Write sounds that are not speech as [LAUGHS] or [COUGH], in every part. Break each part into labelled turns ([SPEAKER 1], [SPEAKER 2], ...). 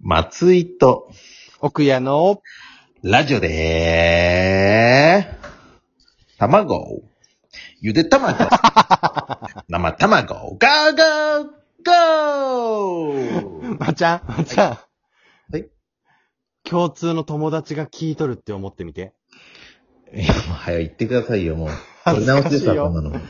[SPEAKER 1] 松井と、
[SPEAKER 2] 奥屋の、
[SPEAKER 1] ラジオでー、卵を、ゆで卵、 [LAUGHS] 生卵、ガーガーゴー
[SPEAKER 2] まちゃん、まちゃん。
[SPEAKER 1] はい。
[SPEAKER 2] 共通の友達が聞いとるって思ってみて。
[SPEAKER 1] いや、もう早い言ってくださいよ、もう。取り直しですわ、こんなの。
[SPEAKER 2] [LAUGHS] いや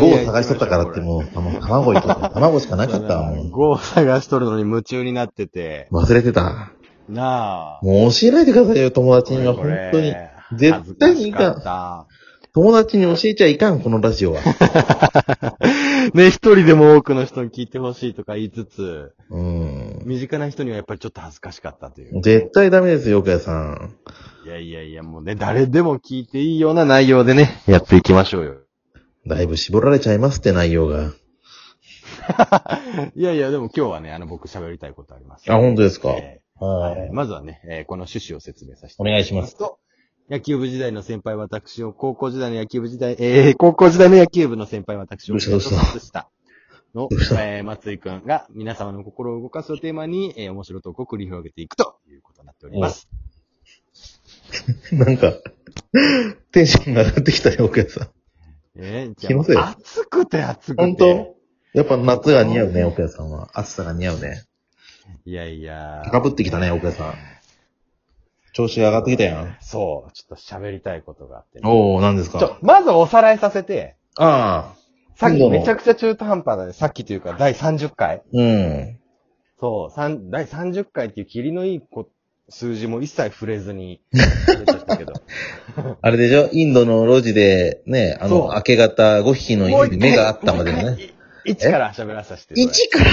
[SPEAKER 1] ゴーを探しとったからってもう、卵いっとった卵しかなかったわ、も
[SPEAKER 2] ゴー探しとるのに夢中になってて。
[SPEAKER 1] う。忘れてた。
[SPEAKER 2] なあ。
[SPEAKER 1] もう教えないでくださいよ、友達には。
[SPEAKER 2] こ
[SPEAKER 1] 本
[SPEAKER 2] れ
[SPEAKER 1] 当に。絶対にいかん
[SPEAKER 2] 恥ずか
[SPEAKER 1] 友達に教えちゃいかん、このラ [LAUGHS] ジオは。
[SPEAKER 2] しか [LAUGHS] ったね、一人でも多くの人に聞いてほしいとか言いつつ、
[SPEAKER 1] うん。
[SPEAKER 2] 身近な人にはやっぱりちょっと恥ずかしかったという。
[SPEAKER 1] 絶対ダメですよ、岡谷さん。
[SPEAKER 2] いやいやいや、もうね、誰でも聞いていいような内容でね、やっていきましょうよ。
[SPEAKER 1] だいぶ絞られちゃいますって内容が。
[SPEAKER 2] [LAUGHS] いやいや、でも今日はね、あの、僕喋りたいことあります。
[SPEAKER 1] あ、本当ですか。
[SPEAKER 2] えー
[SPEAKER 1] は
[SPEAKER 2] え
[SPEAKER 1] い。
[SPEAKER 2] ーまずはね、えーこの趣旨を説明させて
[SPEAKER 1] お願いします。
[SPEAKER 2] と、野球部時代の先輩私を、高校時代の野球部時代、えー、高校時代の野球部の先輩私を、
[SPEAKER 1] どうしたどうした
[SPEAKER 2] したしたの
[SPEAKER 1] どうし、た
[SPEAKER 2] えー、松井くんが皆様の心を動かすをテーマに、えー、面白いトークを繰り広げていくということになっております。
[SPEAKER 1] [LAUGHS] なんか、テンションが上がってきたよ、岡谷さん。
[SPEAKER 2] えー、
[SPEAKER 1] 気のせい
[SPEAKER 2] 暑くて暑くて。
[SPEAKER 1] 本当やっぱ夏が似合うね、岡谷さんは。暑さが似合うね。
[SPEAKER 2] いやいや。
[SPEAKER 1] 高ぶってきたね、岡谷さん。調子が上がってきたやん。
[SPEAKER 2] そう、ちょっと喋りたいことがあってね、
[SPEAKER 1] おー、何です
[SPEAKER 2] ちょ
[SPEAKER 1] か、
[SPEAKER 2] まずおさらいさせて、
[SPEAKER 1] ああ、
[SPEAKER 2] さっきめちゃくちゃ中途半端だね。さっきというか、第30回。
[SPEAKER 1] うん。
[SPEAKER 2] そう、三第30回っていう霧のいいこ数字も一切触れずに、出ちゃったけど。
[SPEAKER 1] あれでしょインドの路地で、ね、あ
[SPEAKER 2] そう
[SPEAKER 1] の、明け方5匹の
[SPEAKER 2] もう
[SPEAKER 1] 犬
[SPEAKER 2] 一
[SPEAKER 1] に
[SPEAKER 2] 回
[SPEAKER 1] 目があったまでの
[SPEAKER 2] もう
[SPEAKER 1] ね。
[SPEAKER 2] 一回い1から喋らさせて。
[SPEAKER 1] 1から、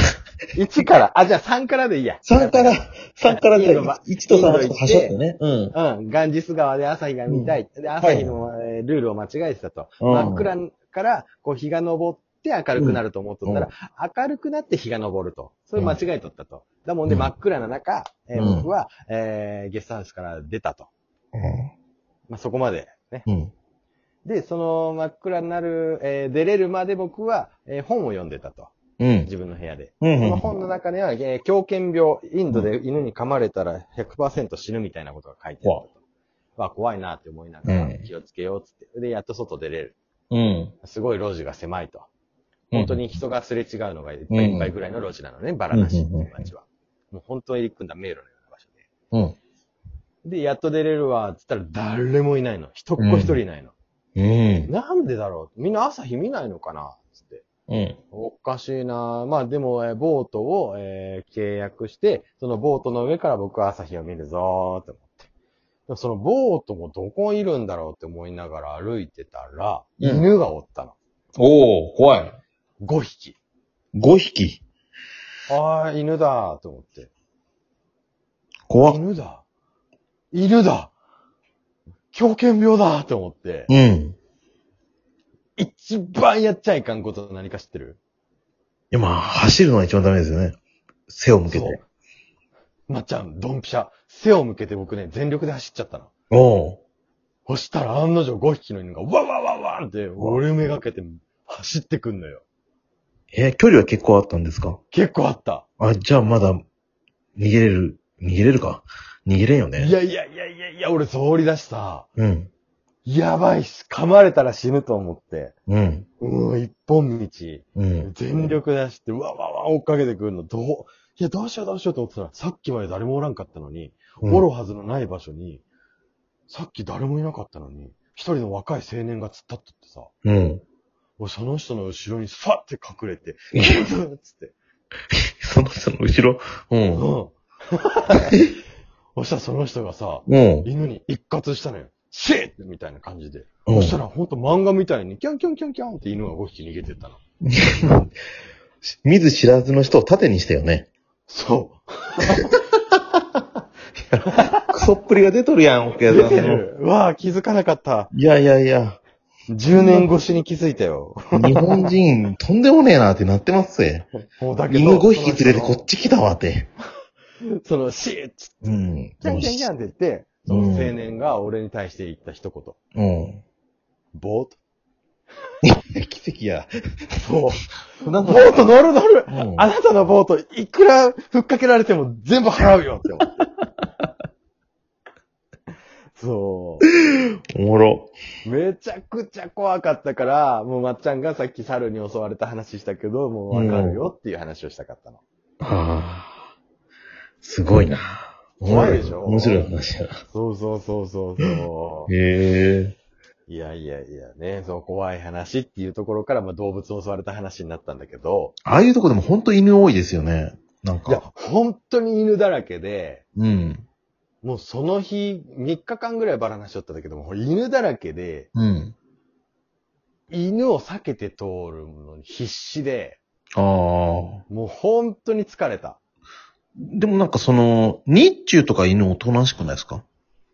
[SPEAKER 2] 1から。あ、じゃあ3からでいいや。
[SPEAKER 1] 3から、3から
[SPEAKER 2] イン
[SPEAKER 1] で、
[SPEAKER 2] ドば
[SPEAKER 1] 1と3はちょっと端折ってね。うん。
[SPEAKER 2] うん。ガンジス川で朝日が見たい。で、朝日の、えールールを間違えてたと。
[SPEAKER 1] うん
[SPEAKER 2] 真っ暗から、こう、日が昇って明るくなると思っとったら、明るくなって日が昇ると。それ間違えとったと。だもんで、
[SPEAKER 1] うん
[SPEAKER 2] 真っ暗な中、えー
[SPEAKER 1] うん
[SPEAKER 2] 僕は、えーゲストハウスから出たと。まあ、そこまで、ね。
[SPEAKER 1] うん。
[SPEAKER 2] で、その真っ暗になる、えー出れるまで僕は、えー本を読んでたと。
[SPEAKER 1] うん。
[SPEAKER 2] 自分の部屋で。
[SPEAKER 1] う
[SPEAKER 2] その
[SPEAKER 1] ん。
[SPEAKER 2] 本の中には、えー狂犬病、インドで犬に噛まれたら100%死ぬみたいなことが書いてあ
[SPEAKER 1] わ
[SPEAKER 2] る。わ、怖いなって思いながら
[SPEAKER 1] う、ん
[SPEAKER 2] 気をつけようっつって。で、やっと外出れる。
[SPEAKER 1] うん。
[SPEAKER 2] すごい路地が狭いと。
[SPEAKER 1] うん
[SPEAKER 2] 本当に人がすれ違うのがいっぱいいっぱいぐらいの路地なのね、バラナシっていう街は。もう本当に入り組んだ迷路のような場所
[SPEAKER 1] うん。
[SPEAKER 2] で。で、やっと出れるわ、つったら誰もいないの。一っ子一人いないの。
[SPEAKER 1] うん。
[SPEAKER 2] なんでだろうみんな朝日見ないのかなつって。
[SPEAKER 1] うん。
[SPEAKER 2] おかしいなぁまあでも、えーボートを、えー契約して、そのボートの上から僕は朝日を見るぞーって思って。でもそのボートもどこいるんだろうって思いながら歩いてたら、
[SPEAKER 1] うん
[SPEAKER 2] 犬がおったの。
[SPEAKER 1] おー、怖い。
[SPEAKER 2] 5匹。
[SPEAKER 1] 5匹。
[SPEAKER 2] ああ、犬だーと思って。
[SPEAKER 1] 怖っ
[SPEAKER 2] 犬だ。犬だ。狂犬病だーと思って。
[SPEAKER 1] うん。
[SPEAKER 2] 一番やっちゃいかんこと何か知ってる
[SPEAKER 1] 今、走るのが一番ダメですよね。背を向け
[SPEAKER 2] そ
[SPEAKER 1] て
[SPEAKER 2] う。まっちゃん、ドンピシャ。背を向けて僕ね、全力で走っちゃったの。
[SPEAKER 1] おー。
[SPEAKER 2] そしたら案の定5匹の犬がわわわわーんって、俺めがけて走ってくんのよ。
[SPEAKER 1] え、距離は結構あったんですか
[SPEAKER 2] 結構あった。
[SPEAKER 1] あ、じゃあまだ、逃げれる、逃げれるか。逃げれんよね。
[SPEAKER 2] いやいやいやいやいや、俺総理だしさ、
[SPEAKER 1] うん。
[SPEAKER 2] やばいし、噛まれたら死ぬと思って、
[SPEAKER 1] うん。
[SPEAKER 2] うん、一本道、
[SPEAKER 1] うん。
[SPEAKER 2] 全力で走って、わわわ追っかけてくんの。どう、いや、どうしようどうしようと思ってたら、さっきまで誰もおらんかったのに、
[SPEAKER 1] うん
[SPEAKER 2] おるはずのない場所に、さっき誰もいなかったのに、一人の若い青年が突っ立っとってさ、
[SPEAKER 1] うん。
[SPEAKER 2] 俺その人の後ろにスパッて隠
[SPEAKER 1] [LAUGHS]
[SPEAKER 2] れて、
[SPEAKER 1] いや
[SPEAKER 2] っつって、
[SPEAKER 1] その人の後ろ。うん。
[SPEAKER 2] うん。 [LAUGHS] そしたらその人がさ、
[SPEAKER 1] うん。
[SPEAKER 2] 犬に一括したのよ。シェッみたいな感じで。
[SPEAKER 1] うん
[SPEAKER 2] そしたらほんと漫画みたいに、キャンキャンキャンキャンって犬が5匹逃げてったの。
[SPEAKER 1] 見ず知らずの人を盾にしたよね。
[SPEAKER 2] そう。
[SPEAKER 1] クソっぷりが出とるやん、お客
[SPEAKER 2] 出て。る。う [LAUGHS] わあ、気づかなかった。
[SPEAKER 1] いやいやいや、
[SPEAKER 2] 10年越しに気づいたよ。
[SPEAKER 1] 日本人、とんでもねえなってなってますぜ。
[SPEAKER 2] もうだ
[SPEAKER 1] 犬5匹連れて
[SPEAKER 2] その
[SPEAKER 1] こっち来たわって。
[SPEAKER 2] その、シェッつっ
[SPEAKER 1] う
[SPEAKER 2] て
[SPEAKER 1] ん。
[SPEAKER 2] キャンキャンキャンって言って、その青年が俺に対して言った一言。
[SPEAKER 1] うん。
[SPEAKER 2] ぼーっと。
[SPEAKER 1] 奇跡や。
[SPEAKER 2] そう。
[SPEAKER 1] なん
[SPEAKER 2] ボート乗る乗る、
[SPEAKER 1] うん
[SPEAKER 2] あなたのボート、いくらふっかけられても全部払うよって
[SPEAKER 1] [LAUGHS]
[SPEAKER 2] 思って。そ
[SPEAKER 1] おもろ。
[SPEAKER 2] う。めちゃくちゃ怖かったから、もうまっちゃんがさっき猿に襲われた話したけど、もうわかるよっていう話をしたかったの。
[SPEAKER 1] ああ。すごいな。
[SPEAKER 2] 怖いでしょ
[SPEAKER 1] 面白い話やな。
[SPEAKER 2] そうそうそうそうそ
[SPEAKER 1] へえ。
[SPEAKER 2] う。いやいやいやね、そう怖い話っていうところから、まあ、動物に襲われた話になったんだけど、
[SPEAKER 1] ああいうとこでも本当犬多いですよね。なん
[SPEAKER 2] いや
[SPEAKER 1] か。、
[SPEAKER 2] 本当に犬だらけで、
[SPEAKER 1] うん。
[SPEAKER 2] もうその日、3日間ぐらいバラなしちゃったんだけども、犬だらけで、
[SPEAKER 1] うん。
[SPEAKER 2] 犬を避けて通るのに必死で、
[SPEAKER 1] ああ。
[SPEAKER 2] もう本当に疲れた。
[SPEAKER 1] でもなんかその、日中とか犬おとなしくないですか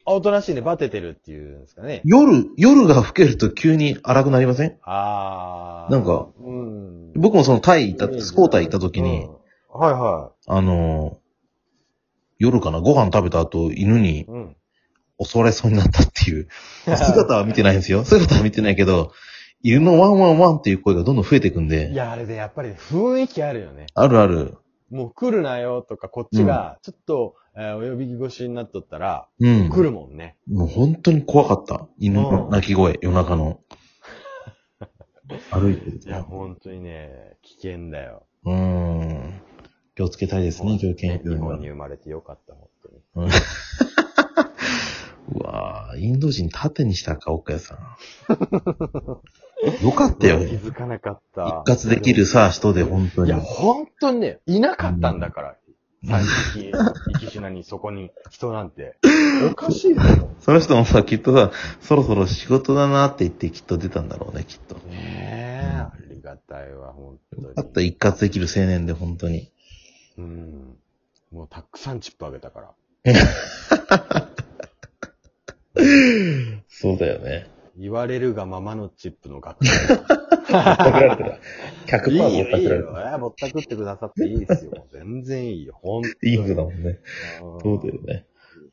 [SPEAKER 2] あおとなしいね、バテてるっていうんですかね。
[SPEAKER 1] 夜、夜が更けると急に荒くなりません
[SPEAKER 2] あー。
[SPEAKER 1] なんか、
[SPEAKER 2] うん。
[SPEAKER 1] 僕もそのタイ行った、スコータイ行った時に
[SPEAKER 2] う、んはいは
[SPEAKER 1] あの、夜かな、ご飯食べた後、犬に
[SPEAKER 2] い。うん。
[SPEAKER 1] 襲われそうになったって
[SPEAKER 2] [LAUGHS]
[SPEAKER 1] いう、姿は見てないんですよ。姿は見てないけど、犬のワンワンワンっていう声がどんどん増えていくん
[SPEAKER 2] い
[SPEAKER 1] で、
[SPEAKER 2] や、あれでやっぱり雰囲気あるよね。
[SPEAKER 1] あるある。
[SPEAKER 2] もう来るなよとか、こっちが、ちょっと、えーお呼び越しになっとったら、
[SPEAKER 1] うん。
[SPEAKER 2] 来るもんね。
[SPEAKER 1] もう本当に怖かった。犬の
[SPEAKER 2] うん
[SPEAKER 1] 鳴き声、夜中の。歩いてる
[SPEAKER 2] いや、本当にね、危険だよ。
[SPEAKER 1] うーん。気をつけたいですね、狂犬
[SPEAKER 2] 日本に
[SPEAKER 1] に
[SPEAKER 2] 生まれてよかった、本当に。
[SPEAKER 1] うわぁ、インド人縦にしたか、岡谷さん。よかったよ。
[SPEAKER 2] 気づかなかった。
[SPEAKER 1] 一括できるさ、人で、本当
[SPEAKER 2] い
[SPEAKER 1] に
[SPEAKER 2] や、。本当にね、いなかったんだから。最近、生きしなにそこに [LAUGHS] 人なんて。おかしいだろ。
[SPEAKER 1] その人もさ、きっとさ、そろそろ仕事だなって言ってきっと出たんだろうね、きっと。
[SPEAKER 2] ねえ、ありがたいわ、本当に。
[SPEAKER 1] あった一括できる青年で、本当に。
[SPEAKER 2] うん。もうたくさんチップあげたから。
[SPEAKER 1] そうだよね。
[SPEAKER 2] 言われるがままのチップの [LAUGHS] 額。い
[SPEAKER 1] ぼったくられてた。
[SPEAKER 2] [LAUGHS] い
[SPEAKER 1] 100%ぼっ
[SPEAKER 2] よ、
[SPEAKER 1] た
[SPEAKER 2] いい
[SPEAKER 1] くられ
[SPEAKER 2] よ。えぼったくってくださっていいですよ。全然いいよ、本当
[SPEAKER 1] た。
[SPEAKER 2] に。
[SPEAKER 1] いいことだもんね。そうだよね。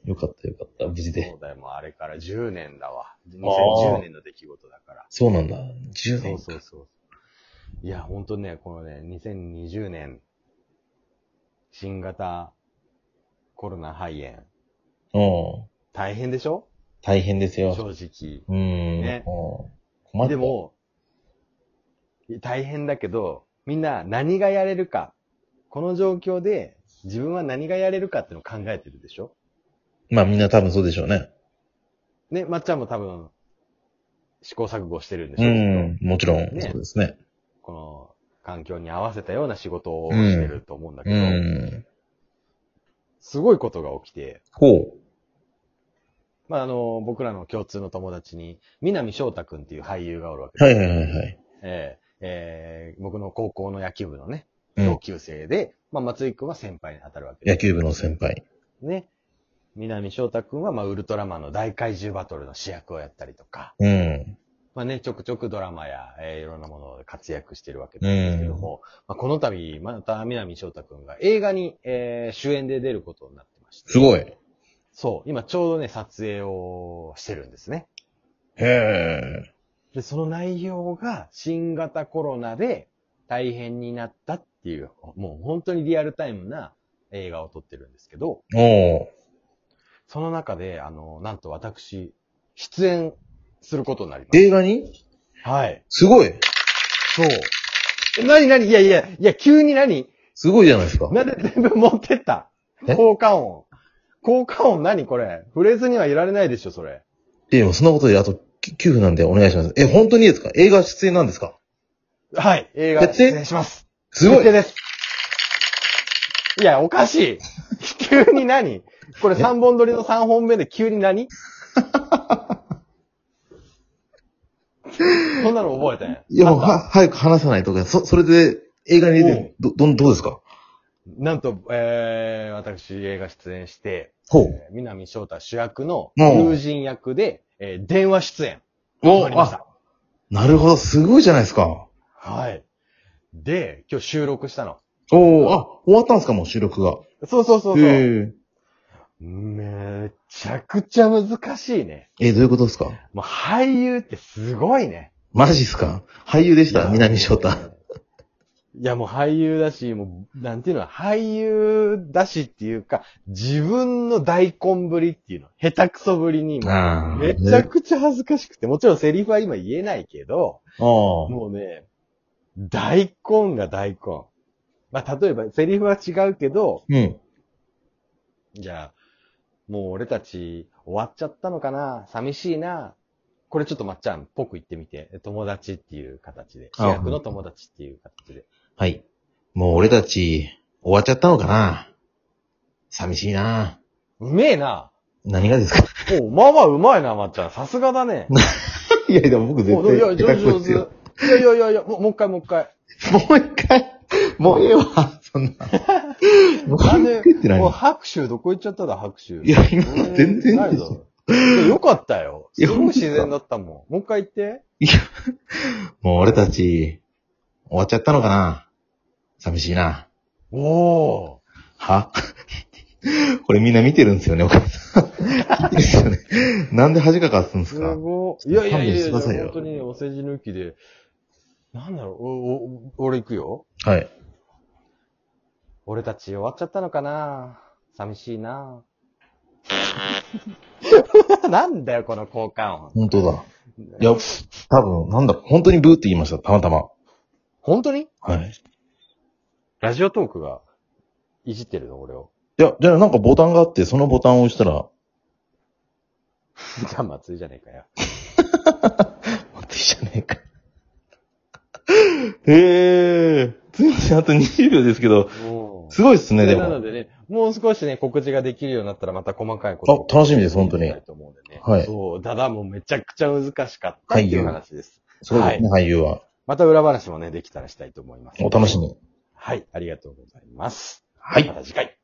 [SPEAKER 1] よかったよかった、無事で
[SPEAKER 2] そ。うだよ、もうあれから10年だわ。2010年の出来事だから。
[SPEAKER 1] そうなんだ。
[SPEAKER 2] そ
[SPEAKER 1] 10
[SPEAKER 2] う
[SPEAKER 1] 年。
[SPEAKER 2] そうそう。いや、ほんとね、このね、2020年、新型コロナ肺炎、
[SPEAKER 1] うん。
[SPEAKER 2] 大変でしょ
[SPEAKER 1] 大変ですよ。
[SPEAKER 2] 正直。
[SPEAKER 1] うーん。
[SPEAKER 2] ね
[SPEAKER 1] うん困った
[SPEAKER 2] で、も、大変だけど、みんな何がやれるか。この状況で自分は何がやれるかっていうのを考えてるでしょ
[SPEAKER 1] まあみんな多分そうでしょうね。
[SPEAKER 2] ね、まっちゃんも多分、試行錯誤してるんでし
[SPEAKER 1] う
[SPEAKER 2] ょ、
[SPEAKER 1] ん。もちろん、
[SPEAKER 2] ね
[SPEAKER 1] そうですね。
[SPEAKER 2] この環境に合わせたような仕事をしてると思うんだけ
[SPEAKER 1] う
[SPEAKER 2] ど、
[SPEAKER 1] ん。
[SPEAKER 2] すごいことが起きて、
[SPEAKER 1] ほ
[SPEAKER 2] まあ、あの、僕らの共通の友達に、南翔太くんっていう俳優がおるわけ
[SPEAKER 1] う。
[SPEAKER 2] で
[SPEAKER 1] はいはいはいはい。
[SPEAKER 2] えーえー僕の高校の野球部のね、
[SPEAKER 1] う
[SPEAKER 2] 同
[SPEAKER 1] ん。
[SPEAKER 2] 級生で、まあ、松井くんは先輩に当たるわけで
[SPEAKER 1] 野球部の先輩。
[SPEAKER 2] ね。南翔太くんは、まあ、ウルトラマンの大怪獣バトルの主役をやったりとか、
[SPEAKER 1] うん。
[SPEAKER 2] まあね、ちょくちょくドラマや、えーいろんなもので活躍してるわけなんですけども、まあ、この度、また南翔太くんが映画に、えー主演で出ることになってまして、
[SPEAKER 1] すごい。へ
[SPEAKER 2] そう、今ちょうどね、撮影をしてるんですね。
[SPEAKER 1] え。
[SPEAKER 2] で、その内容が新型コロナで大変になったっていう、もう本当にリアルタイムな映画を撮ってるんですけど、
[SPEAKER 1] おう
[SPEAKER 2] その中で、あの、なんと私、出演することになりまし
[SPEAKER 1] 映画に
[SPEAKER 2] た。はい。
[SPEAKER 1] すごい。
[SPEAKER 2] そう。え、なになにいやいや、いや、急に何
[SPEAKER 1] すごいじゃないですか。
[SPEAKER 2] なんで全部持ってった
[SPEAKER 1] え
[SPEAKER 2] 効果音。効果音何これ触れずにはいられないでしょ、それ。
[SPEAKER 1] いや、もうそんなことで、あとき9分なんでお願いします。え、本当にいいですか映画出演なんですか
[SPEAKER 2] はい。映画、
[SPEAKER 1] 決定
[SPEAKER 2] 出演します。
[SPEAKER 1] すごい
[SPEAKER 2] 決定です。いや、おかしい。 [LAUGHS] 急に何これ3本撮りの3本目で急に [LAUGHS] 何そんなの覚えてん。
[SPEAKER 1] いや、もう
[SPEAKER 2] あんた
[SPEAKER 1] は、早く話さないとか、そ、それで映画に出て、ど、どん、どうですか
[SPEAKER 2] なんと、えー、私映画出演して、
[SPEAKER 1] ほ
[SPEAKER 2] えー南翔太主役の
[SPEAKER 1] うん
[SPEAKER 2] 友人役で、えー、電話出演。
[SPEAKER 1] お
[SPEAKER 2] ありました。
[SPEAKER 1] なるほど、すごいじゃないですか。
[SPEAKER 2] はい。で、今日収録したの。
[SPEAKER 1] おお、あ、終わったんですか、もう収録が。
[SPEAKER 2] そうそうそうそう。
[SPEAKER 1] え
[SPEAKER 2] めちゃくちゃ難しいね。
[SPEAKER 1] えどういうことですか
[SPEAKER 2] もう俳優ってすごいね。
[SPEAKER 1] マジっすか俳優でした、南翔太。
[SPEAKER 2] いや、もう俳優だし、もう、なんていうの、俳優だしっていうか、自分の大根ぶりっていうの、下手くそぶりに、も
[SPEAKER 1] ああ。
[SPEAKER 2] うめちゃくちゃ恥ずかしくて、もちろんセリフは今言えないけど、
[SPEAKER 1] おう
[SPEAKER 2] もうね、大根が大根。まあ、例えば、セリフは違うけど、
[SPEAKER 1] うん。
[SPEAKER 2] じゃあ、もう俺たち終わっちゃったのかな寂しいな。これちょっとまっちゃんっぽく言ってみて、友達っていう形で。主
[SPEAKER 1] あ
[SPEAKER 2] 役の友達っていう形で。
[SPEAKER 1] はい。もう俺たち、終わっちゃったのかな寂しいな。
[SPEAKER 2] うめえな。
[SPEAKER 1] 何がですか
[SPEAKER 2] おうまあまあうまいな、まっちゃん。さすがだね。
[SPEAKER 1] [LAUGHS] いや、でも僕
[SPEAKER 2] おういや、上手上手。いや。いやいやいや、もうもう一回もう一回。
[SPEAKER 1] もう一回、 [LAUGHS] もうええわ、そんな。 [LAUGHS] もう一
[SPEAKER 2] な
[SPEAKER 1] 回
[SPEAKER 2] んで
[SPEAKER 1] って、
[SPEAKER 2] も
[SPEAKER 1] 何
[SPEAKER 2] う拍手どこ行っちゃっただ、拍手。
[SPEAKER 1] いや、今全然
[SPEAKER 2] ない
[SPEAKER 1] でしょ
[SPEAKER 2] ぞ。いやよかったよ。
[SPEAKER 1] いや
[SPEAKER 2] すごい自然だったもん。もう一回言って。
[SPEAKER 1] いや、もう俺たち、終わっちゃったのかな寂しいな。
[SPEAKER 2] おー。
[SPEAKER 1] は [LAUGHS] これみんな見てるんですよね、お母さん。 [LAUGHS] ですよね。なんで恥かかすんですすか
[SPEAKER 2] ごい。いやいやいやい
[SPEAKER 1] 勘弁してく
[SPEAKER 2] や、
[SPEAKER 1] ださいよ
[SPEAKER 2] 本当にねお世辞抜きで。なんだろう、おお俺行くよ。
[SPEAKER 1] はい。
[SPEAKER 2] 俺たち終わっちゃったのかな寂しいな [LAUGHS] なんだよ、この効果音。
[SPEAKER 1] 本当だ。いや、多分、なんだ、本当にブーって言いました、たまたま。
[SPEAKER 2] 本当に
[SPEAKER 1] はい。
[SPEAKER 2] ラジオトークがいじってるの、俺を。
[SPEAKER 1] いや、じゃあなんかボタンがあって、そのボタンを押したら、
[SPEAKER 2] じゃあ、松井じゃねえかよ。
[SPEAKER 1] 待っていいじゃねえか。 [LAUGHS] ええー、ついません、あと20秒ですけど、
[SPEAKER 2] も
[SPEAKER 1] すごいっす
[SPEAKER 2] う
[SPEAKER 1] ね、で
[SPEAKER 2] なの
[SPEAKER 1] も。
[SPEAKER 2] でね、もう少しね、告知ができるようになったらまた細かいこと
[SPEAKER 1] あ、楽しみです、本当に
[SPEAKER 2] やりた。いと思うんでね。
[SPEAKER 1] はい
[SPEAKER 2] そう、ただもうめちゃくちゃ難しかったっていう話です。
[SPEAKER 1] すごいですね、俳優は。
[SPEAKER 2] また裏話もね、できたらしたいと思います。
[SPEAKER 1] お楽しみに。
[SPEAKER 2] はい、ありがとうございます。
[SPEAKER 1] はい
[SPEAKER 2] ま。た次回。